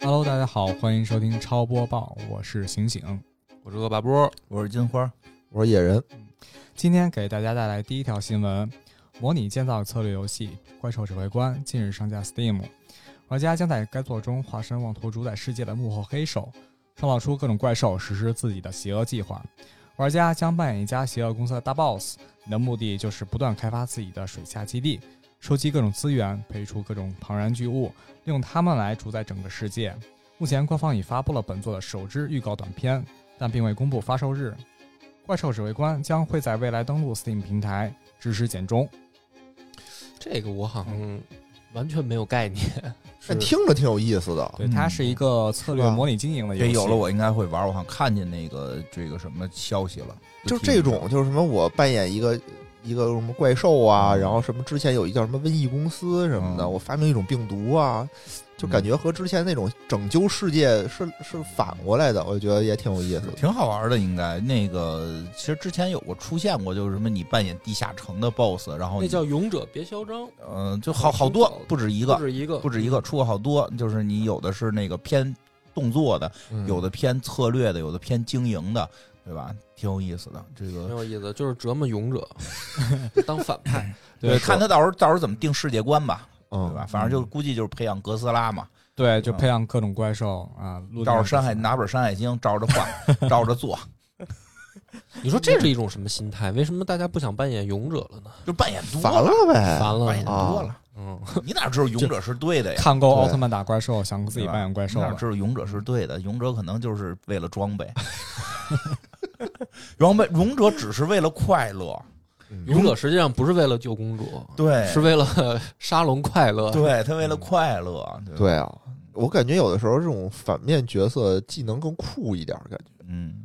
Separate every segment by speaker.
Speaker 1: Hello，大家好，欢迎收听超播报，我是醒醒。
Speaker 2: 我是恶霸波，
Speaker 3: 我是金花，
Speaker 4: 我是野人，
Speaker 1: 今天给大家带来第一条新闻：模拟建造策略游戏《怪兽指挥官》近日上架 Steam，玩家将在该作中化身妄图主宰世界的幕后黑手，创造出各种怪兽，实施自己的邪恶计划。玩家将扮演一家邪恶公司的大 boss，你的目的就是不断开发自己的水下基地，收集各种资源，培育出各种庞然巨物，利用它们来主宰整个世界。目前，官方已发布了本作的首支预告短片，但并未公布发售日。怪兽指挥官将会在未来登陆 Steam 平台，支持简中。
Speaker 3: 嗯
Speaker 2: 这个我好像完全没有概念。
Speaker 4: 但听着挺有意思的。
Speaker 1: 对，它是一个策略
Speaker 4: 是吧
Speaker 1: 模拟经营的游
Speaker 3: 这
Speaker 1: 戏。
Speaker 3: 有了我应该会玩，我好像看见那个这个什么消息了，
Speaker 4: 就这种，就是什么，我扮演一个一个什么怪兽啊，
Speaker 3: 嗯
Speaker 4: 然后什么之前有一叫什么瘟疫公司什么的，
Speaker 3: 嗯
Speaker 4: 我发明一种病毒啊，就感觉和之前那种拯救世界是是反过来的，我就觉得也挺有意思的。
Speaker 3: 挺好玩的，应该那个其实之前有过出现过，就是什么你扮演地下城的 BOSS，然后
Speaker 2: 那
Speaker 3: 你
Speaker 2: 叫勇者别嚣张，
Speaker 3: 嗯、就好好多不止一
Speaker 2: 不
Speaker 3: 个，
Speaker 2: 止一个，
Speaker 3: 不止一个出过好多，就是你有的是那个偏动作的，
Speaker 2: 嗯
Speaker 3: 有的偏策略的，有的偏经营的，对吧？挺有意思的这
Speaker 2: 挺
Speaker 3: 个。
Speaker 2: 有意思，就是折磨 勇者，当反派。
Speaker 1: 对
Speaker 3: 看他到时候到时候怎么定世界观吧，对吧？
Speaker 4: 嗯，
Speaker 3: 反正就估计就是培养哥斯拉嘛，
Speaker 1: 对，
Speaker 3: 嗯
Speaker 1: 就培养各种怪兽啊，陆地
Speaker 3: 照
Speaker 1: 上
Speaker 3: 着山海拿本山海经，照着画，照着做，
Speaker 2: 你说这是一种什么心态？为什么大家不想扮演勇者了呢？
Speaker 3: 就扮演多
Speaker 4: 烦了呗，
Speaker 2: 烦
Speaker 3: 哎扮演
Speaker 2: 了，
Speaker 3: 多了。
Speaker 2: 嗯，
Speaker 3: 你哪知道勇者是对的呀？
Speaker 1: 看够
Speaker 4: 对
Speaker 1: 奥特曼打怪兽，想自己
Speaker 3: 对吧
Speaker 1: 扮演怪
Speaker 3: 你
Speaker 1: 兽
Speaker 3: 哪
Speaker 1: 了。
Speaker 3: 知道勇者是对的？勇者可能就是为了装备， 装备勇者只是为了快乐，
Speaker 2: 勇者实际上不是为了救公主，
Speaker 3: 对，
Speaker 2: 是为了 沙龙快乐。
Speaker 3: 哎对他为了快乐，对吧，
Speaker 4: 对啊。我感觉有的时候这种反面角色技能更酷一点，感觉
Speaker 3: 嗯。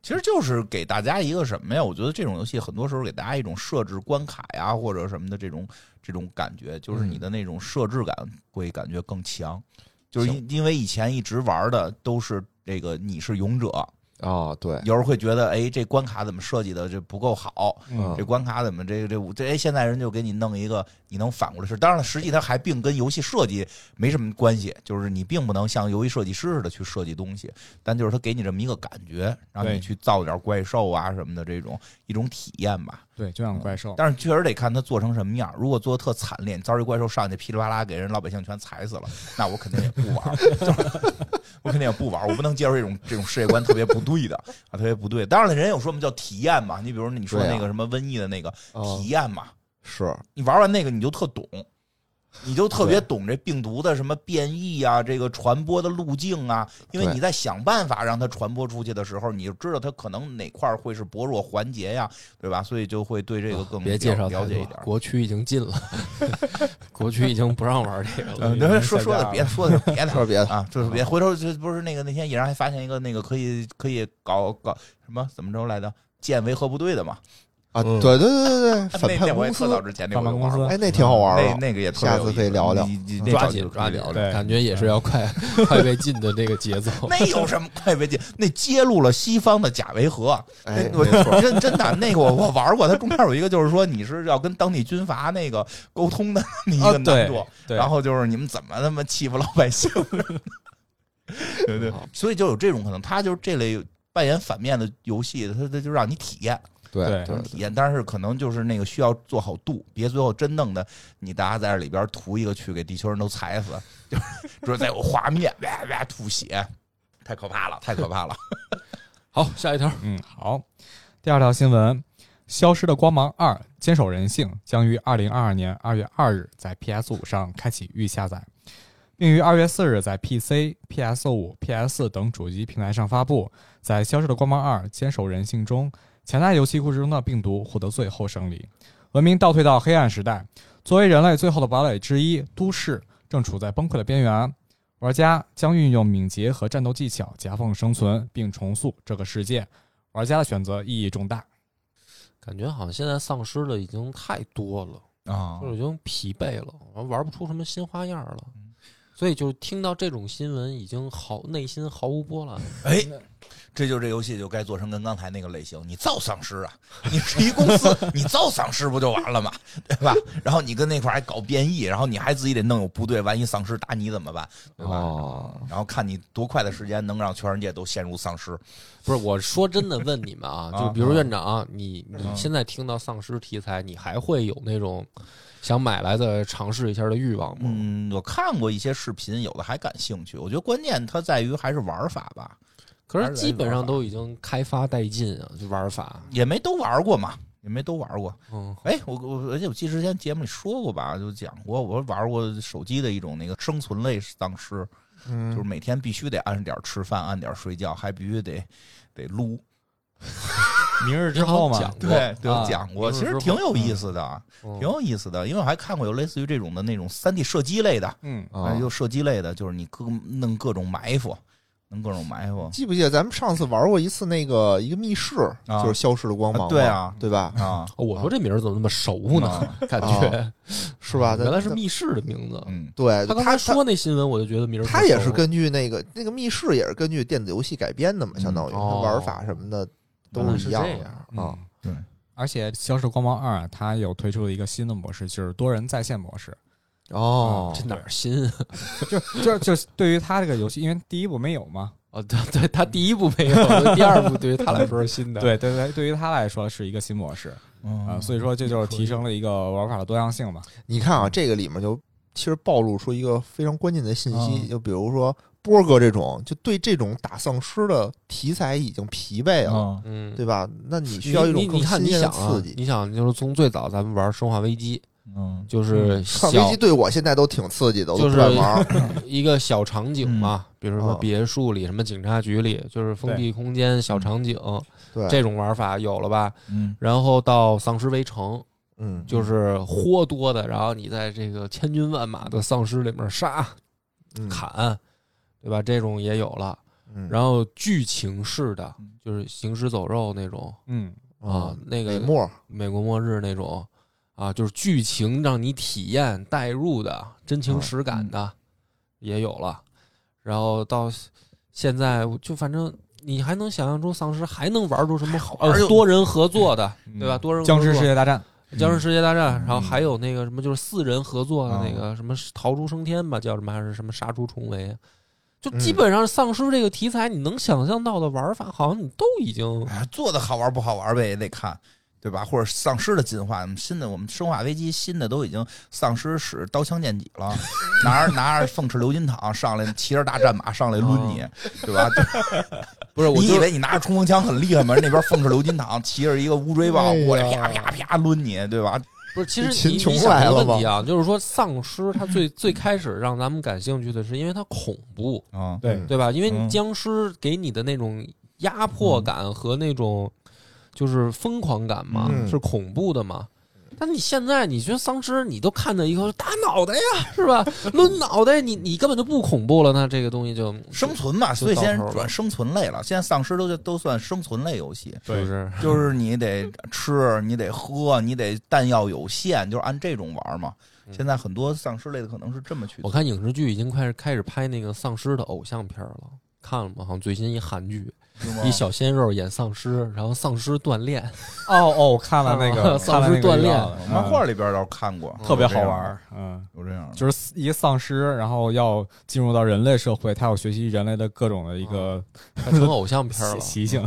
Speaker 3: 其实就是给大家一个什么呀？我觉得这种游戏很多时候给大家一种设置关卡呀，或者什么的这种这种感觉，就是你的那种设置感会感觉更强。就是因因为以前一直玩的都是这个你是勇者，
Speaker 4: 啊，对，
Speaker 3: 有时候会觉得哎这关卡怎么设计的这不够好，
Speaker 1: 嗯
Speaker 3: 这关卡怎么这个这这哎，现在人就给你弄一个你能反过来试。当然了，实际它还并跟游戏设计没什么关系，就是你并不能像游戏设计师似的去设计东西，但就是它给你这么一个感觉，让
Speaker 1: 对
Speaker 3: 你去造点怪兽啊什么的这种一种体验吧。
Speaker 1: 对，就像怪兽。
Speaker 3: 但是确实得看它做成什么样。如果做的特惨烈，你遭一怪兽上去噼里啪啦给人老百姓全踩死了，那我肯定也不玩，就是 我肯定也不玩，我不能接受这种这种世界观特别不对的啊，特别不对。当然了，人有说我们叫体验嘛，你比如你说
Speaker 4: 对啊
Speaker 3: 那个什么瘟疫的那个
Speaker 4: 啊
Speaker 2: 哦
Speaker 3: 体验嘛，
Speaker 4: 是
Speaker 3: 你玩完那个你就特懂。你就特别懂这病毒的什么变异啊，这个传播的路径啊，因为
Speaker 4: 对
Speaker 3: 你在想办法让它传播出去的时候，你就知道它可能哪块儿会是薄弱环节呀、对吧？所以就会对这
Speaker 4: 哦
Speaker 3: 个更
Speaker 2: 别介绍太
Speaker 3: 了
Speaker 2: 多
Speaker 3: 了解一点。
Speaker 2: 国区已经禁 了，国区已经不让玩这个了。
Speaker 3: 嗯，对，说说的别的，说的别的，
Speaker 4: 特别
Speaker 3: 啊，就是别回头这不是那个那天野人还发现一个那个可以可以搞搞什么怎么着来着？建维和部队的嘛，
Speaker 4: 啊，
Speaker 2: 嗯
Speaker 4: 对对对对对，
Speaker 3: 那
Speaker 4: 反
Speaker 3: 那
Speaker 4: 派
Speaker 3: 我
Speaker 4: 公
Speaker 3: 也
Speaker 4: 司
Speaker 3: 特早之前那
Speaker 1: 反
Speaker 3: 我
Speaker 1: 叛
Speaker 3: 就
Speaker 1: 公
Speaker 3: 玩
Speaker 1: 司
Speaker 3: 过，
Speaker 4: 哎，那挺好玩儿
Speaker 3: 那
Speaker 4: 的。
Speaker 3: 那个也特别
Speaker 4: 下
Speaker 3: 有
Speaker 4: 次
Speaker 3: 意
Speaker 4: 可以
Speaker 3: 思
Speaker 4: 聊聊
Speaker 3: 你你
Speaker 4: 嗯
Speaker 3: 那
Speaker 2: 抓
Speaker 3: 早就
Speaker 2: 紧抓紧
Speaker 3: 聊，
Speaker 1: 对
Speaker 2: 感觉也是 要快快被禁的这个节奏。
Speaker 1: 哦
Speaker 3: 那有什么快别介？那揭露了西方的假维和，
Speaker 4: 哎，
Speaker 3: 我
Speaker 4: 没错，
Speaker 3: 真真的那个我我玩过，它中间有一个就是说你是要跟当地军阀那个沟通的那么一
Speaker 1: 啊
Speaker 3: 个难度，
Speaker 1: 对
Speaker 3: 然后就是你们怎么他妈欺负老百姓， 对对，所以就有这种可能，他就是这类扮演反面的游戏，他他就让你体验，
Speaker 1: 对
Speaker 4: 对
Speaker 3: 让你体验，但是可能就是那个需要做好度，别最后真弄的你大家在这里边图一个去给地球人都踩死， 就是就是再有画面 哇哇吐血，太可怕了，太可 怕了，
Speaker 2: 好，下一条，
Speaker 1: 嗯，好。第二条新闻，《消失的光芒二：坚守人性》将于二零二二年二月二日在 PS 五上开启预下载，并于二月四日在 PC、PS 五、PS 等主机平台上发布。在《消失的光芒二：坚守人性》中，强大游戏故事中的病毒获得最后胜利，文明倒退到黑暗时代。作为人类最后的堡垒之一，都市正处在崩溃的边缘。玩家将运用敏捷和战斗技巧夹缝生存，并重塑这个世界。玩家的选择意义重大。
Speaker 2: 感觉好像现在丧尸的已经太多了，
Speaker 3: 啊嗯
Speaker 2: 就是已经疲惫了，玩不出什么新花样了。所以就听到这种新闻，已经毫内心毫无波澜。
Speaker 3: 哎，这就是这游戏就该做成跟刚才那个类型，你造丧尸啊！ 你是一公 司，你造丧尸不就完了吗？ 对吧？然后你跟那块儿还搞变异，然后你还自己得弄有部队，万一丧尸打你怎么办？对吧？
Speaker 4: 哦，
Speaker 3: 然后看你多快的时间能让全世界都陷入丧尸。
Speaker 2: 不是，我说真的，问你们 啊，
Speaker 3: 啊
Speaker 2: 就比如院长、你你
Speaker 3: 嗯
Speaker 2: 现在听到丧尸题材，你还会有那种想买来的尝试一下的欲望吗？
Speaker 3: 嗯，我看过一些视频，有的还感兴趣。我觉得关键它在于还是玩法吧，
Speaker 2: 可是基本上都已经开发殆尽啊，就玩法。
Speaker 3: 也没都玩过嘛，也没都玩过。
Speaker 2: 嗯，
Speaker 3: 哎，我我而且我记得之前节目里说过吧，就讲过，我玩过手机的一种那个生存类丧尸，就
Speaker 4: 嗯
Speaker 3: 是，每天必须得按点儿吃饭，按点儿睡觉，还必须得得撸。
Speaker 1: 明日之后嘛
Speaker 2: 你好，讲过
Speaker 3: 对，对，
Speaker 1: 啊
Speaker 3: 讲过，
Speaker 2: 明日
Speaker 3: 其实
Speaker 2: 之
Speaker 3: 挺
Speaker 2: 后
Speaker 3: 有意思的，
Speaker 2: 嗯
Speaker 3: 挺有意思的，因为我还看过有类似于这种的那种三 D 射击类的，
Speaker 1: 嗯，
Speaker 2: 啊
Speaker 4: 哦
Speaker 3: 反正就射击类的，就是你各弄各种埋伏，弄各种埋伏
Speaker 4: 记不记得咱们上次玩过一次那个一个密室，
Speaker 3: 啊
Speaker 4: 就是消失的光
Speaker 3: 啊
Speaker 4: 芒，
Speaker 3: 对啊
Speaker 4: 对吧？
Speaker 3: 啊。
Speaker 2: 哦我说这名儿怎么那么熟呢？
Speaker 3: 啊
Speaker 2: 感觉嗯
Speaker 4: 是吧？咱
Speaker 2: 原来是密室的名字。
Speaker 3: 嗯，
Speaker 4: 对，
Speaker 2: 他刚
Speaker 4: 他
Speaker 2: 才说那新闻，我就觉得名儿
Speaker 4: 他也是
Speaker 2: 特熟
Speaker 4: 根据那个那个密室也是根据电子游戏改编的嘛，
Speaker 3: 嗯
Speaker 4: 相当于、
Speaker 2: 哦
Speaker 4: 玩法什么的都
Speaker 2: 原来
Speaker 4: 一
Speaker 2: 是
Speaker 4: 样
Speaker 2: 这
Speaker 4: 的
Speaker 2: 样
Speaker 4: 啊。
Speaker 1: 嗯
Speaker 3: 对。
Speaker 1: 而且《消失的光芒二》啊它有推出了一个新的模式，就是多人在线模式。
Speaker 4: 哦
Speaker 2: 这哪儿新 啊？
Speaker 1: 就就就是对于它这个游戏，因为第一部没有嘛，
Speaker 2: 哦，对对，他第一部没有， 第二部对于他来说是新 的。，
Speaker 1: 对对对，对于它来说是一个新模式啊、
Speaker 3: 嗯，
Speaker 1: 所以说这就是提升了一个玩法的多样性嘛。
Speaker 4: 你看啊，这个里面就其实暴露出一个非常关键的信息，
Speaker 3: 嗯
Speaker 4: 就比如说波哥这种，就对这种打丧尸的题材已经疲惫了，
Speaker 3: 嗯
Speaker 2: 嗯，
Speaker 4: 对吧？那你需
Speaker 2: 你
Speaker 4: 要一种
Speaker 2: 你
Speaker 4: 更
Speaker 2: 你看
Speaker 4: 新
Speaker 2: 你
Speaker 4: 鲜的
Speaker 2: 想啊
Speaker 4: 刺，激。
Speaker 2: 你想就是从最早咱们玩《生化危机》，
Speaker 3: 嗯，
Speaker 2: 就是
Speaker 4: 看危
Speaker 2: 小
Speaker 4: 机对我现在都挺刺激的，我都
Speaker 2: 就
Speaker 4: 不
Speaker 2: 是
Speaker 4: 敢玩。
Speaker 2: 一个小场景嘛，比如说
Speaker 4: 啊
Speaker 2: 别墅里、什么警察局里，就是封闭空
Speaker 4: 嗯
Speaker 2: 间小场景
Speaker 4: 对，
Speaker 2: 这种玩法有了吧？
Speaker 3: 嗯，
Speaker 2: 然后到丧尸围城，
Speaker 4: 嗯，
Speaker 2: 就是豁多的，然后你在这个千军万马的丧尸里面杀
Speaker 4: 嗯，
Speaker 2: 砍，对吧？这种也有了。
Speaker 4: 嗯
Speaker 2: 然后剧情式的
Speaker 3: 嗯，
Speaker 2: 就是行尸走肉那种
Speaker 1: 嗯，
Speaker 2: 啊，那
Speaker 4: 哦美
Speaker 2: 个
Speaker 4: 墨，
Speaker 2: 美国末日那种啊，就是剧情让你体验代入的真情实感的、也有了，然后到现在就反正你还能想象出丧尸还能玩出什么好
Speaker 3: 玩儿
Speaker 2: 呃
Speaker 3: 又
Speaker 2: 多人合作的，对吧？
Speaker 1: 嗯
Speaker 2: 多人合
Speaker 1: 僵尸世
Speaker 2: 作
Speaker 1: 界大战，
Speaker 2: 僵尸世界大战，
Speaker 3: 嗯
Speaker 2: 然后还有那个什么就是四人合作的
Speaker 3: 嗯
Speaker 2: 那个什么逃出升天吧，叫什么还是什么杀出重围。就
Speaker 4: 嗯
Speaker 2: 基本上丧尸这个题材，你能想象到的玩法，好像你都已经
Speaker 3: 哎做的好玩不好玩呗，也得看，对吧？或者丧尸的进化，新的我们生化危机新的都已经丧尸使刀枪剑戟了，拿着 拿着凤翅鎏金镐上来，骑着大战马上来抡你，对吧？
Speaker 2: 不是
Speaker 3: 你以为你拿着冲锋枪很厉害吗？那边凤翅鎏金镐，骑着一个乌骓
Speaker 4: 哎
Speaker 3: 棒
Speaker 4: 呀
Speaker 3: 过来，啪啪啪抡你，对吧？
Speaker 2: 不是，其
Speaker 4: 这
Speaker 2: 实
Speaker 4: 秦
Speaker 2: 你
Speaker 4: 琼
Speaker 2: 你想
Speaker 4: 来
Speaker 2: 一
Speaker 4: 了
Speaker 2: 个问题啊，就是说丧尸它最最开始让咱们感兴趣的是，因为它恐怖，
Speaker 3: 啊，
Speaker 1: 对
Speaker 4: 嗯
Speaker 2: 对吧？因为
Speaker 3: 嗯
Speaker 2: 你僵尸给你的那种压迫感和那种就是疯狂感嘛，
Speaker 4: 嗯
Speaker 2: 是恐怖的嘛。但你现在你觉得丧尸，你都看到一个打脑袋呀，是吧？抡脑袋，你你根本就不恐怖了，那这个东西就
Speaker 3: 生存嘛，
Speaker 2: 就
Speaker 3: 所以
Speaker 2: 到
Speaker 3: 现
Speaker 2: 头
Speaker 3: 在
Speaker 2: 了
Speaker 3: 转生存类了，现在丧尸都都算生存类游戏。
Speaker 2: 是不是？
Speaker 3: 就是你得吃，你得喝，你得弹药有限，就是按这种玩嘛。
Speaker 2: 嗯
Speaker 3: 现在很多丧尸类的可能是这么去做，
Speaker 2: 我看影视剧已经开始开始拍那个丧尸的偶像片了，看了吗？好像最新一韩剧，
Speaker 3: 是吗
Speaker 2: 一小鲜肉演丧尸，然后丧尸锻炼。
Speaker 1: 哦哦，我看了那个 看
Speaker 2: 丧
Speaker 1: 了那
Speaker 2: 尸
Speaker 1: 个
Speaker 2: 锻
Speaker 1: 预
Speaker 2: 炼
Speaker 1: 告了
Speaker 3: 漫画
Speaker 1: 嗯
Speaker 3: 里边倒是看过，
Speaker 1: 特别好玩儿，嗯。
Speaker 3: 有这样的，
Speaker 1: 就是一个丧尸，然后要进入到人类社会，他要学习人类的各种的一个
Speaker 2: 它成偶像片儿
Speaker 1: 习
Speaker 2: 了。
Speaker 1: 习性。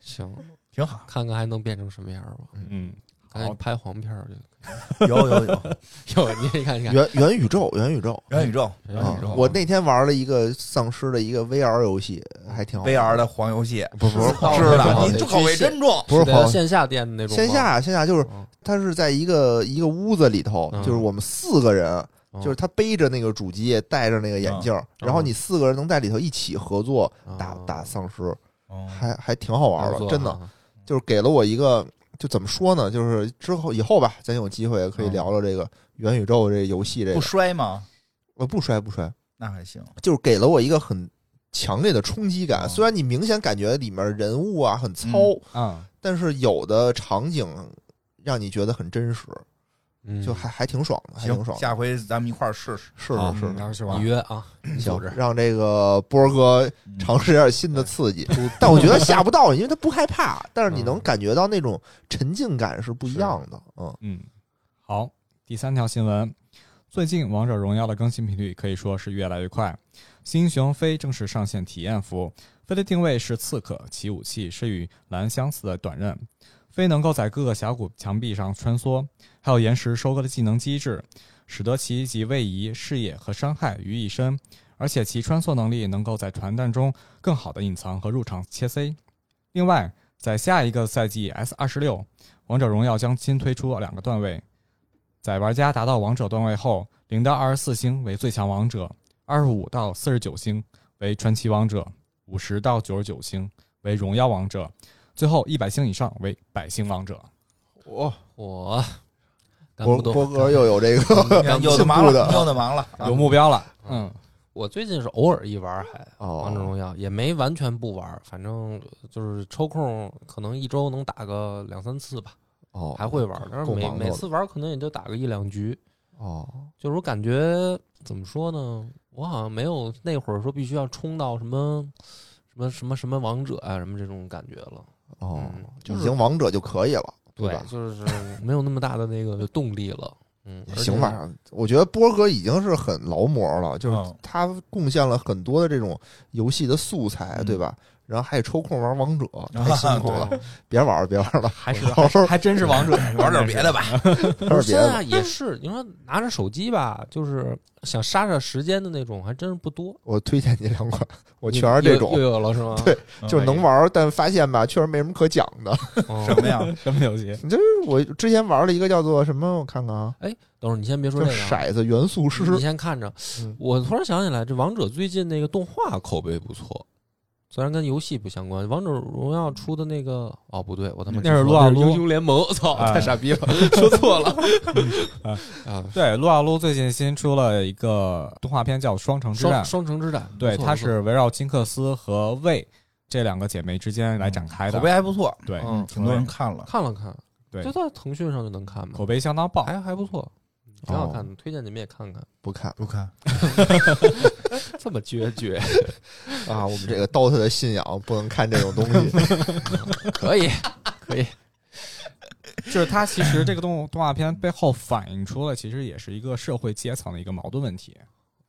Speaker 2: 行，
Speaker 3: 挺好。
Speaker 2: 看看还能变成什么样吧。
Speaker 1: 嗯，
Speaker 2: 赶紧拍黄片儿
Speaker 3: 有有有，
Speaker 2: 去。哟，你看你看，
Speaker 4: 元元宇宙，元宇宙。 啊
Speaker 3: 元宇宙，
Speaker 2: 哎
Speaker 3: 元宇宙，
Speaker 4: 哦我那天玩了一个丧尸的一个 VR 游戏，还挺好玩
Speaker 3: VR 的黄游戏，
Speaker 4: 不哦是不是
Speaker 2: 黄
Speaker 3: 是
Speaker 2: 游戏
Speaker 3: 的，你
Speaker 2: 得
Speaker 3: 这
Speaker 2: 去
Speaker 3: 口味
Speaker 2: 线
Speaker 3: 真重。
Speaker 4: 不是
Speaker 2: 在
Speaker 4: 黄
Speaker 2: 线下店的那种吗
Speaker 4: 线下线下就是
Speaker 2: 嗯
Speaker 4: 它是在一个一个屋子里头，
Speaker 2: 嗯
Speaker 4: 就是我们四个人，
Speaker 2: 嗯
Speaker 4: 就是他背着那个主机，戴着那个眼镜，然后你四个人能在里头一起合作打
Speaker 2: 嗯
Speaker 4: 打丧尸，
Speaker 3: 哦
Speaker 4: 还还挺好玩
Speaker 2: 不错
Speaker 4: 的，真的
Speaker 2: 啊
Speaker 4: 就是给了我一个就怎么说呢，就是之后以后吧，咱有机会
Speaker 2: 嗯
Speaker 4: 可以聊聊这个元宇宙这个游戏这
Speaker 3: 不
Speaker 4: 个，
Speaker 3: 摔吗？
Speaker 4: 呃不摔不摔，
Speaker 3: 那还行，
Speaker 4: 就是给了我一个很强烈的冲击
Speaker 3: 哦
Speaker 4: 感，虽然你明显感觉里面人物啊很糙。
Speaker 3: 嗯
Speaker 1: 啊，
Speaker 4: 但是有的场景让你觉得很真实，
Speaker 2: 嗯
Speaker 4: 就还还挺爽的，还挺
Speaker 3: 行，
Speaker 4: 爽的。
Speaker 3: 下回咱们一块儿试试。
Speaker 4: 是
Speaker 2: 好
Speaker 4: 是是嗯
Speaker 1: 嗯，然后去玩
Speaker 2: 你。约啊，小
Speaker 4: 行
Speaker 2: 志，
Speaker 4: 让这个波哥
Speaker 3: 嗯
Speaker 4: 尝试点新的刺激。但我觉得吓不到，因为他不害怕，但是你能
Speaker 2: 嗯
Speaker 4: 感觉到那种沉浸感是不一
Speaker 3: 是
Speaker 4: 样的。嗯，
Speaker 1: 嗯，好，第三条新闻，最近《王者荣耀》的更新频率可以说是越来越快，新英雄飞正式上线体验服务。飞的定位是刺客，其武器是与蓝相似的短刃。飞能够在各个峡谷墙壁上穿梭，还有延时收割的技能机制，使得其集位移、视野和伤害于一身。而且其穿梭能力能够在团战中更好的隐藏和入场切 C。另外，在下一个赛季 S 二十六王者荣耀将新推出两个段位，在玩家达到王者段位后，零到二十四星为最强王者，二十五到四十九星为传奇王者，五十到九十九星为荣耀王者，最后一百星以上为百星王者。
Speaker 4: 我
Speaker 2: 我干
Speaker 4: 波
Speaker 2: 不动，
Speaker 4: 波 哥又有这个
Speaker 3: 又的忙
Speaker 4: 进步的
Speaker 3: 了，又的忙了，
Speaker 1: 有目标了，嗯
Speaker 2: 啊嗯，我最近是偶尔一玩还。王者
Speaker 4: 哦，
Speaker 2: 荣耀也没完全不玩，反正就是抽空，可能一周能打个两三次吧，
Speaker 4: 哦，
Speaker 2: 还会玩。但是
Speaker 4: 够
Speaker 2: 每
Speaker 4: 忙的
Speaker 2: 每次玩可能也就打个一两局，
Speaker 4: 哦，
Speaker 2: 就是我感觉怎么说呢，我好像没有那会儿说必须要冲到什么什么什么什么王者啊什么这种感觉了。
Speaker 4: 哦
Speaker 2: 嗯，就
Speaker 4: 就
Speaker 2: 是
Speaker 4: 已经王者就可以了，
Speaker 2: 对
Speaker 4: 吧，？
Speaker 2: 就是 没有那么大的那个动力了。嗯，而且
Speaker 4: 行吧，我觉得波哥已经是很劳模了，就是
Speaker 3: 嗯
Speaker 4: 他贡献了很多的这种游戏的素材，
Speaker 3: 嗯
Speaker 4: 对吧？然后还得抽空玩 王者，
Speaker 3: 啊
Speaker 4: 太辛苦了， 别玩了，别玩了，
Speaker 1: 还是
Speaker 4: 好好
Speaker 1: 还真是王者，
Speaker 3: 玩点别的吧。
Speaker 2: 现
Speaker 4: 玩别的
Speaker 2: 在。也是，你说拿着手机吧，就是想杀杀时间的那种，还真是不多。
Speaker 4: 我推荐你两款，我
Speaker 2: 你
Speaker 4: 全是这
Speaker 2: 又嗯哎
Speaker 4: 种
Speaker 2: 又，有了是吗？
Speaker 4: 对就是
Speaker 3: 嗯
Speaker 4: 能玩，但发现吧，确实没什么可讲 的。
Speaker 2: 哦
Speaker 3: 什么呀？
Speaker 1: 什么游 戏？
Speaker 4: 我之前玩了一个叫做什么，我看看啊，
Speaker 2: 等会儿你先别说
Speaker 4: 叫
Speaker 2: 这个啊，
Speaker 4: 骰子元素师，
Speaker 2: 你先看着
Speaker 4: 嗯。
Speaker 2: 我突然想起来，这王者最近那个动画口碑不错，虽然跟游戏不相关。王者荣耀出的那个，哦不对，我他妈
Speaker 3: 那
Speaker 2: 记
Speaker 1: 是
Speaker 2: 错
Speaker 1: 撸啊
Speaker 2: 了
Speaker 1: 撸
Speaker 2: 英雄联盟，操，
Speaker 1: 哎
Speaker 2: 哦太傻逼了，说错 了
Speaker 1: 啊
Speaker 2: 啊！
Speaker 1: 对，撸啊撸最近新出了一个动画片叫《双城之战
Speaker 2: 双》，双城之战，
Speaker 1: 对，
Speaker 2: 不错
Speaker 1: 它是围绕金克斯和魏这两个姐妹之间来展开
Speaker 3: 口
Speaker 1: 的，
Speaker 3: 碑还不错，
Speaker 1: 对，
Speaker 2: 嗯
Speaker 3: 挺多人看了
Speaker 2: 不错。看了看，
Speaker 1: 对
Speaker 2: 就在腾讯上就能看嘛
Speaker 1: 口，碑哦相当爆。
Speaker 2: 还还不错，挺好看的，推荐你们也 看看。
Speaker 4: 不看
Speaker 3: 不看，
Speaker 2: 这么决绝，嗯
Speaker 4: 啊，我们这个 DOTA 的信仰不能看这种东 西。
Speaker 2: 可以，
Speaker 1: 嗯
Speaker 2: 可以，
Speaker 1: 就是它其实这个动动画片背后反映出了，其实也是一个社会阶层的一个矛盾问题。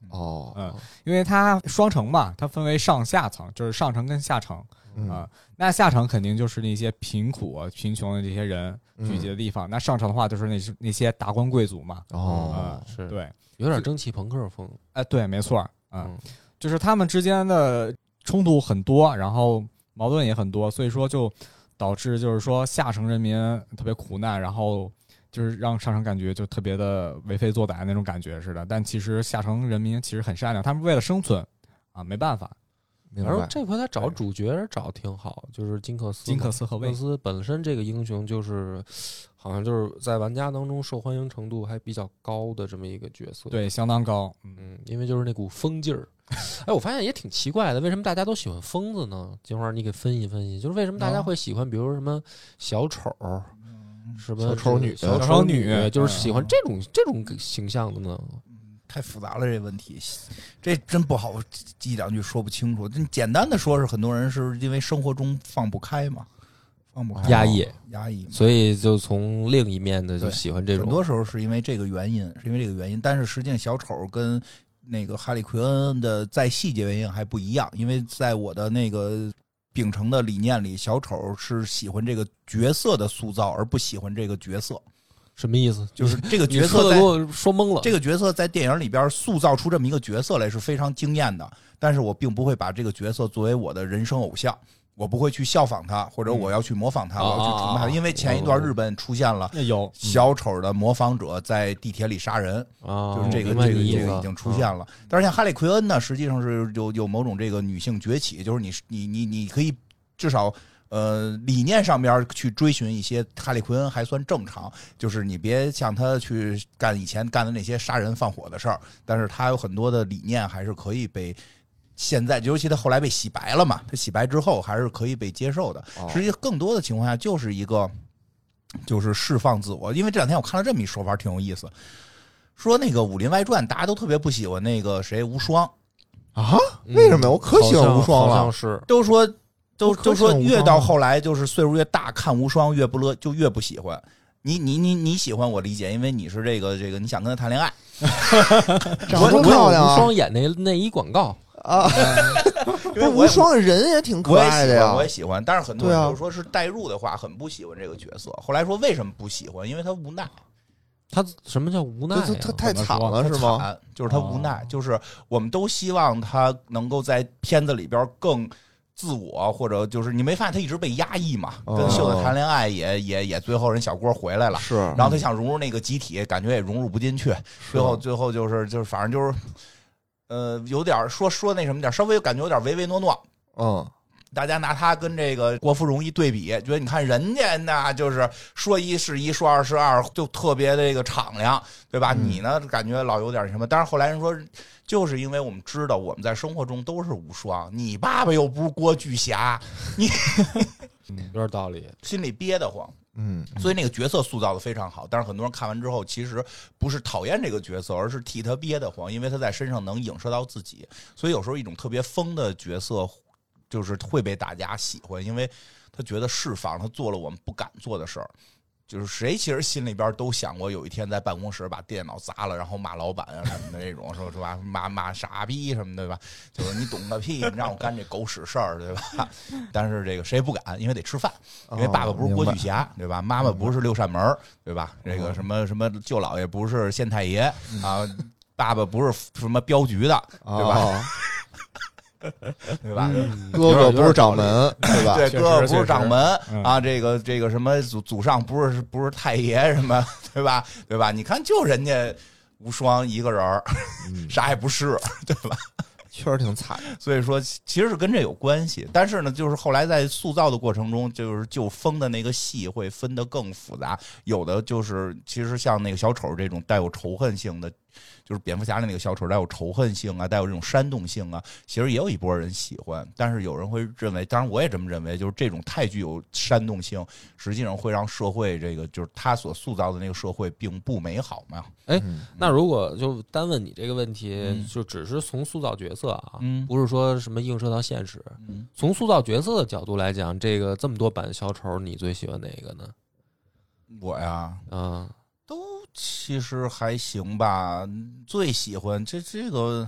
Speaker 4: 哦，
Speaker 1: 嗯，因为它双城嘛，它分为上下层，就是上层跟下层
Speaker 4: 嗯
Speaker 1: 啊、那下层肯定就是那些贫苦、啊、贫穷的这些人
Speaker 4: 嗯
Speaker 1: 聚集的地方，那上层的话就是那那些达官贵族嘛。
Speaker 4: 哦
Speaker 1: 啊，
Speaker 2: 是
Speaker 1: 对，
Speaker 2: 有点蒸汽朋克风，
Speaker 1: 哎、对，没错，嗯，
Speaker 2: 嗯，
Speaker 1: 就是他们之间的冲突很多，然后矛盾也很多，所以说就导致就是说下层人民特别苦难，然后就是让上层感觉就特别的为非作歹那种感觉似的。但其实下层人民其实很善良，他们为了生存啊，没办法。
Speaker 4: 明
Speaker 2: 然后
Speaker 4: 白。
Speaker 2: 这回他找
Speaker 1: 对
Speaker 2: 主角找挺好，就是哎金克斯嘛。
Speaker 1: 金克斯和
Speaker 2: 金
Speaker 1: 卫
Speaker 2: 克斯本身这个英雄就是，好像就是在玩家当中受欢迎程度还比较高的这么一个角色。，
Speaker 1: 对相当高，嗯，
Speaker 2: 嗯，因为就是那股疯劲儿。 哎，我发现也挺奇怪的，为什么大家都喜欢疯子呢？金花，你给分析分析，就是为什么大家
Speaker 3: 啊
Speaker 2: 会喜欢，比如说什么小丑儿，什么
Speaker 4: 小丑女
Speaker 2: 小
Speaker 1: 小
Speaker 2: 丑嗯
Speaker 1: 丑女
Speaker 2: 就是喜欢这种这种形象的呢？
Speaker 3: 太复杂了这问题，这真不好一两句说不清楚。你简单的说是很多人是因为生活中放不开嘛，放不开，
Speaker 2: 压抑，
Speaker 3: 压抑嘛。
Speaker 2: 所以就从另一面的就
Speaker 3: 对
Speaker 2: 喜欢这
Speaker 3: 很
Speaker 2: 种
Speaker 3: 多时候是因为这个原因，是因为这个原因。但是实际上，小丑跟那个哈利奎恩的在细节原因还不一样，因为在我的那个秉承的理念里，小丑是喜欢这个角色的塑造，而不喜欢这个角色。
Speaker 2: 什么意思？
Speaker 3: 就是这个
Speaker 2: 你
Speaker 3: 角
Speaker 2: 说
Speaker 3: 色
Speaker 2: 的
Speaker 3: 在
Speaker 2: 给我说懵了。
Speaker 3: 这个角色在电影里边塑造出这么一个角色来是非常惊艳的，但是我并不会把这个角色作为我的人生偶像，我不会去效仿他，或者我要去模仿他，
Speaker 2: 嗯
Speaker 3: 我要去崇拜
Speaker 2: 啊啊啊
Speaker 3: 他，因为前一段日本出现了
Speaker 1: 那有
Speaker 3: 小丑的模仿者在地铁里杀人，
Speaker 2: 啊，
Speaker 3: 就是这个
Speaker 2: 明白
Speaker 3: 这个
Speaker 2: 你意
Speaker 3: 这
Speaker 2: 思啊嗯
Speaker 3: 个已经出现了。但是像哈利奎恩呢，实际上是有有某种这个女性崛起，就是你你你你可以至少。呃，理念上边去追寻一些哈利奎恩还算正常，就是你别像他去干以前干的那些杀人放火的事儿，但是他有很多的理念还是可以被现在，尤其他后来被洗白了嘛，他洗白之后还是可以被接受的。
Speaker 4: 哦
Speaker 3: 实际更多的情况下就是一个就是释放自我。因为这两天我看了这么一说法，挺有意思，说那个《武林外传》大家都特别不喜欢那个谁无双，
Speaker 4: 啊？
Speaker 2: 嗯
Speaker 4: 为什么呀我可喜欢
Speaker 2: 好像
Speaker 4: 无双了
Speaker 2: 好像是
Speaker 3: 都说都
Speaker 4: 我可
Speaker 3: 都说
Speaker 4: 喜欢无双啊
Speaker 3: 越
Speaker 4: 了
Speaker 3: 到后来就是岁数越大，看无双越不乐，就越不喜欢。你你你你喜欢我理解，因为你是这个这个你想跟他谈恋爱，
Speaker 4: 长
Speaker 2: 我
Speaker 4: 得多
Speaker 2: 我有
Speaker 4: 漂亮
Speaker 2: 无
Speaker 4: 啊！
Speaker 2: 双演那内衣广告，
Speaker 4: 啊，
Speaker 3: 嗯 因为
Speaker 4: 不
Speaker 3: 我
Speaker 4: 无
Speaker 3: 也
Speaker 4: 双人也挺可
Speaker 3: 我也
Speaker 4: 爱的
Speaker 3: 喜
Speaker 4: 呀
Speaker 3: 欢，我。也喜欢，但是很多
Speaker 4: 对
Speaker 3: 人
Speaker 4: 啊
Speaker 3: 就说是代入的话，很不喜欢这个角色。后来说为什么不喜欢？因为他无奈，
Speaker 2: 他什么叫无奈、
Speaker 4: 这
Speaker 2: 啊
Speaker 4: 这？他太惨
Speaker 1: 怎
Speaker 4: 了是吗？
Speaker 3: 惨就是他无奈，就是我们都希望他能够在片子里边更自我，或者就是你没发现他一直被压抑嘛？
Speaker 4: 哦
Speaker 3: 跟秀子谈恋爱也也也，最后人小郭回来了，
Speaker 4: 是，
Speaker 3: 然后他想融入那个集体，感觉也融入不进去，最后最后就是就是反正就是。呃，有点儿说说那什么点儿，稍微感觉有点唯唯诺诺，
Speaker 4: 嗯，
Speaker 3: 大家拿他跟这个郭芙蓉一对比，觉得你看人家那就是说一是一，说二是二，就特别的这个敞亮，对吧？
Speaker 1: 嗯
Speaker 3: 你呢，感觉老有点什么？但是后来人说，就是因为我们知道我们在生活中都是无双，你爸爸又不是郭巨侠，
Speaker 2: 有
Speaker 1: 嗯
Speaker 2: 点道理。
Speaker 3: 心里憋得慌。
Speaker 4: 嗯，
Speaker 3: 所以那个角色塑造的非常好，但是很多人看完之后，其实不是讨厌这个角色，而是替他憋得慌，因为他在身上能影射到自己。所以有时候一种特别疯的角色，就是会被大家喜欢，因为他觉得释放，他做了我们不敢做的事儿。就是谁其实心里边都想过，有一天在办公室把电脑砸了，然后骂老板啊什么的这种，说是吧，骂骂傻逼什么的对吧？就是你懂个屁，你让我干这狗屎事儿，对吧？但是这个谁也不敢，因为得吃饭。因为爸爸
Speaker 1: 哦
Speaker 3: 不是郭巨
Speaker 4: 侠，
Speaker 3: 侠，对吧？妈妈不是六扇门儿，对吧？这个
Speaker 4: 嗯
Speaker 3: 什么什么舅姥爷不是县太爷啊，爸爸不是什么镖局的，对吧
Speaker 4: 哦？
Speaker 3: 对吧？
Speaker 4: 哥哥不是掌门，对吧？
Speaker 3: 对，
Speaker 1: 嗯确实
Speaker 3: 哥哥
Speaker 1: 确
Speaker 3: 不是
Speaker 1: 实
Speaker 3: 掌门
Speaker 1: 嗯
Speaker 3: 啊，这个这个什么祖祖上不是不是太爷什么，对吧？对吧？你看，就人家无双一个人儿，
Speaker 4: 嗯
Speaker 3: 啥也不是，
Speaker 4: 确实挺惨的。
Speaker 3: 所以说其实是跟这有关系。但是呢，就是后来在塑造的过程中，就是就封的那个戏会分得更复杂，有的就是其实像那个小丑这种带有仇恨性的。就是蝙蝠侠里那个小丑带有仇恨性啊，带有这种煽动性啊，其实也有一波人喜欢，但是有人会认为，当然我也这么认为，就是这种太具有煽动性，实际上会让社会这个就是他所塑造的那个社会并不美好嘛。
Speaker 2: 哎
Speaker 4: 嗯
Speaker 2: 那如果就单问你这个问题，
Speaker 3: 嗯
Speaker 2: 就只是从塑造角色啊，
Speaker 3: 嗯
Speaker 2: 不是说什么映射到现实。
Speaker 3: 嗯，
Speaker 2: 从塑造角色的角度来讲，这个这么多版小丑，你最喜欢哪个呢？
Speaker 3: 我呀，
Speaker 2: 啊，
Speaker 3: 都其实还行吧，最喜欢这这个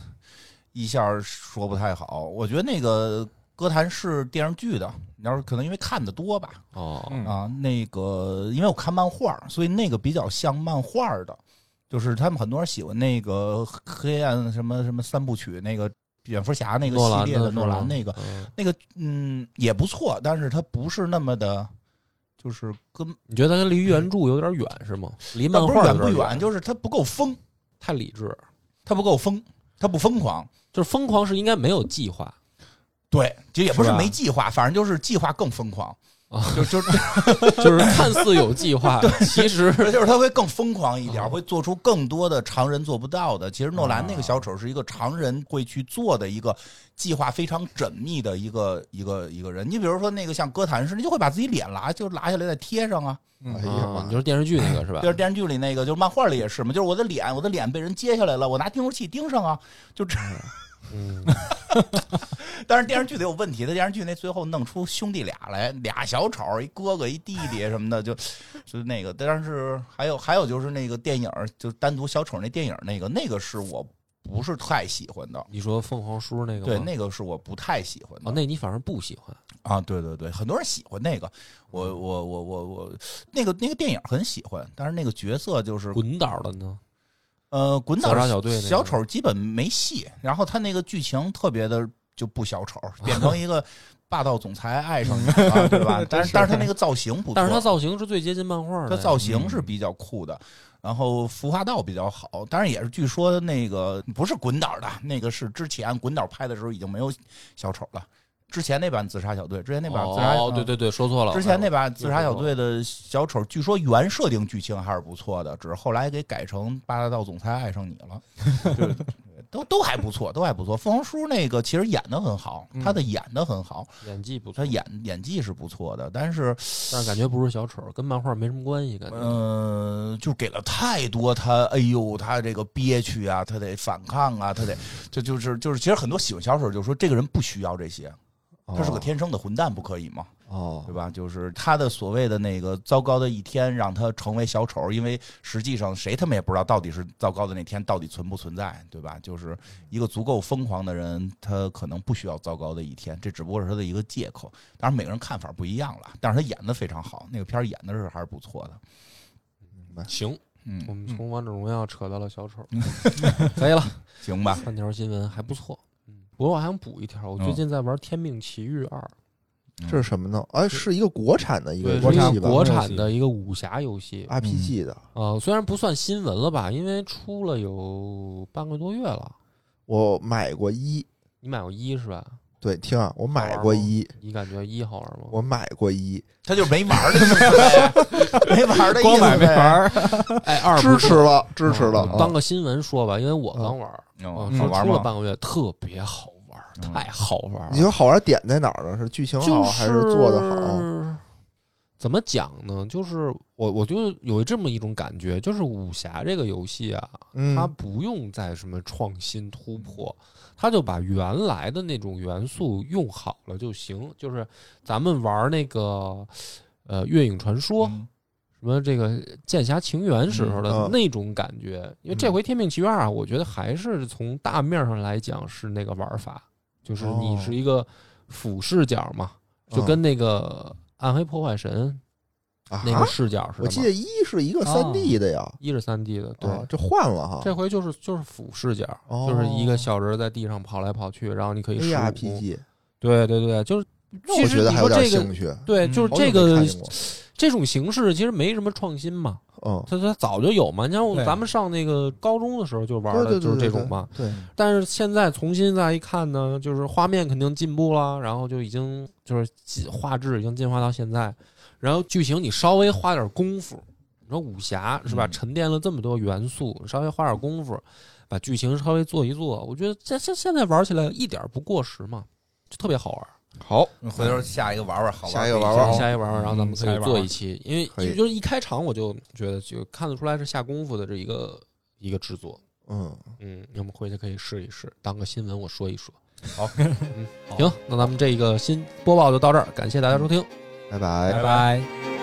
Speaker 3: 一下说不太好，我觉得那个歌坛是电视剧的，你要是可能因为看的多吧，
Speaker 2: 哦，
Speaker 1: 嗯
Speaker 3: 啊，那个因为我看漫画，所以那个比较像漫画的，就是他们很多人喜欢那个黑暗什么什么三部曲那个蝙蝠侠那个
Speaker 2: 诺
Speaker 3: 系
Speaker 2: 兰
Speaker 3: 列的诺
Speaker 2: 诺
Speaker 3: 兰那个，那个嗯也不错，但是它不是那么的，就是跟
Speaker 2: 你觉得它离原著有点远是吗？离漫
Speaker 3: 那不是
Speaker 2: 画
Speaker 3: 远
Speaker 2: 有
Speaker 3: 不
Speaker 2: 点
Speaker 3: 远，就是它不够疯。
Speaker 2: 太理智，
Speaker 3: 他不够疯，他不疯狂。
Speaker 2: 就是疯狂是应该没有计划
Speaker 3: 对，就也不
Speaker 1: 是
Speaker 3: 是
Speaker 1: 吧
Speaker 3: 没计划，反正就是计划更疯狂，
Speaker 2: 啊，
Speaker 3: 就就
Speaker 2: 就是看似有计划，其实
Speaker 3: 就是他会更疯狂一
Speaker 1: 哦
Speaker 2: 啊
Speaker 3: 点，会做出更多的常人做不到的。其实诺
Speaker 1: 啊
Speaker 3: 兰那个小丑是一个常人会去做的一个计划非常缜密的一个一个一个人。你比如说那个像哥谭市，你就会把自己脸拉就拉下来再贴上啊，
Speaker 4: 哎
Speaker 1: 嗯，
Speaker 4: 呀
Speaker 2: 啊，
Speaker 4: 妈
Speaker 2: 你，就是电视剧那个是吧
Speaker 3: 就？是电视剧里那个，就是漫画里也是嘛，就是我的脸，我的脸被人揭下来了，我拿钉书器钉上啊，就这。
Speaker 2: 嗯，
Speaker 3: 但是电视剧得有问题，他电视剧那最后弄出兄弟俩来，俩小丑，一哥哥一弟弟什么的，就就那个。但是还有还有就是那个电影，就单独小丑那电影那个那个是我不是太喜欢的，
Speaker 2: 你说凤凰叔那个吗
Speaker 3: 对，那个是我不太喜欢的
Speaker 2: 哦，那你反而不喜欢
Speaker 3: 啊，对对对，很多人喜欢那个，我我我我我那个那个电影很喜欢，但是那个角色就是
Speaker 2: 滚导的呢？
Speaker 3: 呃，滚
Speaker 2: 自
Speaker 3: 导
Speaker 2: 杀小队那个
Speaker 3: 小丑基本没戏，然后他那个剧情特别的就不小丑，变 成一个霸道总裁爱上你了，对吧？但是但是他那个造型不错，
Speaker 2: 嗯但是他造型嗯是最接近漫画的
Speaker 3: 他
Speaker 2: 呀，
Speaker 3: 造型是比较酷的，然后服化道比较好，当然也是据说那个不是滚导的，那个是之前滚导拍的时候已经没有小丑了，之前那版自杀小队，之前那版自杀
Speaker 2: 哦，对。对对，说错了，哎
Speaker 3: 之前那版《自杀小队》的小丑，据说原设定剧情还是不错的，只是后来给改成《霸道总裁爱上你》了。对，都都还不错，都还不错。凤凰叔那个其实演的很好，
Speaker 2: 嗯
Speaker 3: 他的演的很好，
Speaker 2: 演技不错
Speaker 3: 他，演演技是不错的，但是
Speaker 2: 但是感觉不是小丑，跟漫画没什么关系，感觉。
Speaker 3: 嗯，就给了太多他，哎呦，他这个憋屈啊，他得反抗啊，他得，这就是就是，其实很多喜欢小丑就说这个人不需要这些，
Speaker 4: 哦
Speaker 3: 他是个天生的混蛋，不可以吗？
Speaker 2: 哦
Speaker 3: 对，吧？就是他的所谓的那个糟糕的一天，让他成为小丑，因为实际上谁他们也不知道到底是糟糕的那天到底存不存在，对吧？就是一个足够疯狂的人，他可能不需要糟糕的一天，这只不过是他的一个借口。当然每个人看法不一样了，但是他演的非常好，那个片儿演的是还是不错的。
Speaker 2: 行，
Speaker 3: 嗯，
Speaker 2: 我们
Speaker 3: 嗯
Speaker 2: 从王者荣耀扯到了小丑， 可以了。
Speaker 3: 行吧，
Speaker 2: 三条新闻还不错，嗯，不过我还想补一条，我最
Speaker 3: 嗯
Speaker 2: 近在玩《天命奇遇二》，嗯
Speaker 4: 这是什么呢？哎，是一个国产的一个
Speaker 2: 对，
Speaker 1: 国
Speaker 4: 游
Speaker 2: 是
Speaker 1: 产
Speaker 2: 一
Speaker 4: 戏
Speaker 2: 个
Speaker 4: 吧
Speaker 2: 国产的一个武侠游
Speaker 3: 嗯哎
Speaker 2: 戏，
Speaker 4: ，RPG 的。
Speaker 2: 呃，虽然不算新闻了吧，因为出了有半个多月了。
Speaker 4: 我买过一，
Speaker 2: 你买过一是吧？
Speaker 4: 对，听啊，我买
Speaker 2: 好玩
Speaker 4: 过
Speaker 2: 吗
Speaker 4: 一，
Speaker 2: 你感觉一好玩吗？
Speaker 4: 我买过一，
Speaker 3: 他就没玩儿的意 思呗，没玩儿的意思呗，
Speaker 1: 光买
Speaker 4: 哎
Speaker 1: 没玩儿，
Speaker 2: 哎，二
Speaker 4: 支
Speaker 2: 不
Speaker 4: 持
Speaker 2: 错
Speaker 4: 了，支持了。
Speaker 2: 嗯
Speaker 4: 啊嗯
Speaker 2: 当个新闻说吧，因为我刚玩儿，
Speaker 3: 哦，好
Speaker 2: 啊说
Speaker 3: 玩
Speaker 2: 出了
Speaker 3: 吗？
Speaker 2: 半个月，特别好玩儿，
Speaker 3: 嗯
Speaker 2: 太好玩儿
Speaker 4: 啊你
Speaker 2: 了。
Speaker 4: 说好玩点在哪儿呢？是剧情好
Speaker 2: 就
Speaker 4: 还是做的好？
Speaker 2: 是怎么讲呢？就是我，我就有这么一种感觉，就是武侠这个游戏啊，它
Speaker 4: 嗯，
Speaker 2: 不用再什么创新突破，它就把原来的那种元素用好了就行。就是咱们玩那个呃《月影传说》
Speaker 3: 嗯
Speaker 2: 什么这个《剑侠情缘》时候
Speaker 4: 嗯
Speaker 2: 的
Speaker 4: 嗯
Speaker 2: 那种感觉，因为这回《天命奇缘》啊，我觉得还是从大面上来讲是那个玩法，就是你
Speaker 4: 哦嗯
Speaker 2: 是一个俯视角嘛，就跟那个《暗黑破坏神》
Speaker 4: 啊
Speaker 2: 那个视角似
Speaker 4: 我
Speaker 2: 的
Speaker 4: 记
Speaker 2: 嘛。
Speaker 4: 得一是一个三 D 的呀，
Speaker 2: 一是三 D 的，对，
Speaker 4: 啊，这换了哈
Speaker 2: 哦这回就是就是俯视角，
Speaker 4: 哦
Speaker 2: 就是一个小人儿在地上跑来跑去，然后你可以使武功。
Speaker 4: ，ARPG，
Speaker 2: 对对对，就是
Speaker 4: 那我觉得还有点
Speaker 2: 其实你说这个
Speaker 4: 兴趣。
Speaker 2: 对，
Speaker 3: 嗯
Speaker 2: 就是
Speaker 4: 好久
Speaker 2: 这
Speaker 4: 没
Speaker 2: 个、
Speaker 4: 看见过
Speaker 2: 这种形式其实没什么创新嘛，
Speaker 4: 嗯，
Speaker 2: 它它早就有嘛。你像我
Speaker 1: 对
Speaker 2: 咱们上那个高中的时候就玩
Speaker 4: 对
Speaker 2: 的
Speaker 4: 对
Speaker 2: 就
Speaker 4: 对
Speaker 2: 是这
Speaker 4: 对
Speaker 2: 种嘛，，
Speaker 4: 对，
Speaker 2: 但是现在重新再一看呢，就是画面肯定进步了，然后就已经就是进画质已经进化到现在，然后剧情你稍微花点功夫，你说武侠是吧？
Speaker 3: 嗯
Speaker 2: 沉淀了这么多元素，稍微花点功夫，把剧情稍微做一做，我觉得这现现在玩起来一点不过时嘛，就特别好玩。好，
Speaker 3: 回头下一个玩玩，好玩
Speaker 4: 下一个
Speaker 3: 哦
Speaker 4: 玩玩
Speaker 2: 下一玩玩，然后咱们可以做一期，因
Speaker 4: 可以
Speaker 2: 为就是一开场我就觉得就看得出来是下功夫的这一个一个制作。
Speaker 4: 嗯，
Speaker 2: 嗯，我们回去可以试一试，当个新闻我说一说。
Speaker 3: 好，
Speaker 2: 嗯，行，那咱们这个新播报就到这儿，感谢大家收听。
Speaker 4: 拜拜
Speaker 1: 拜。拜。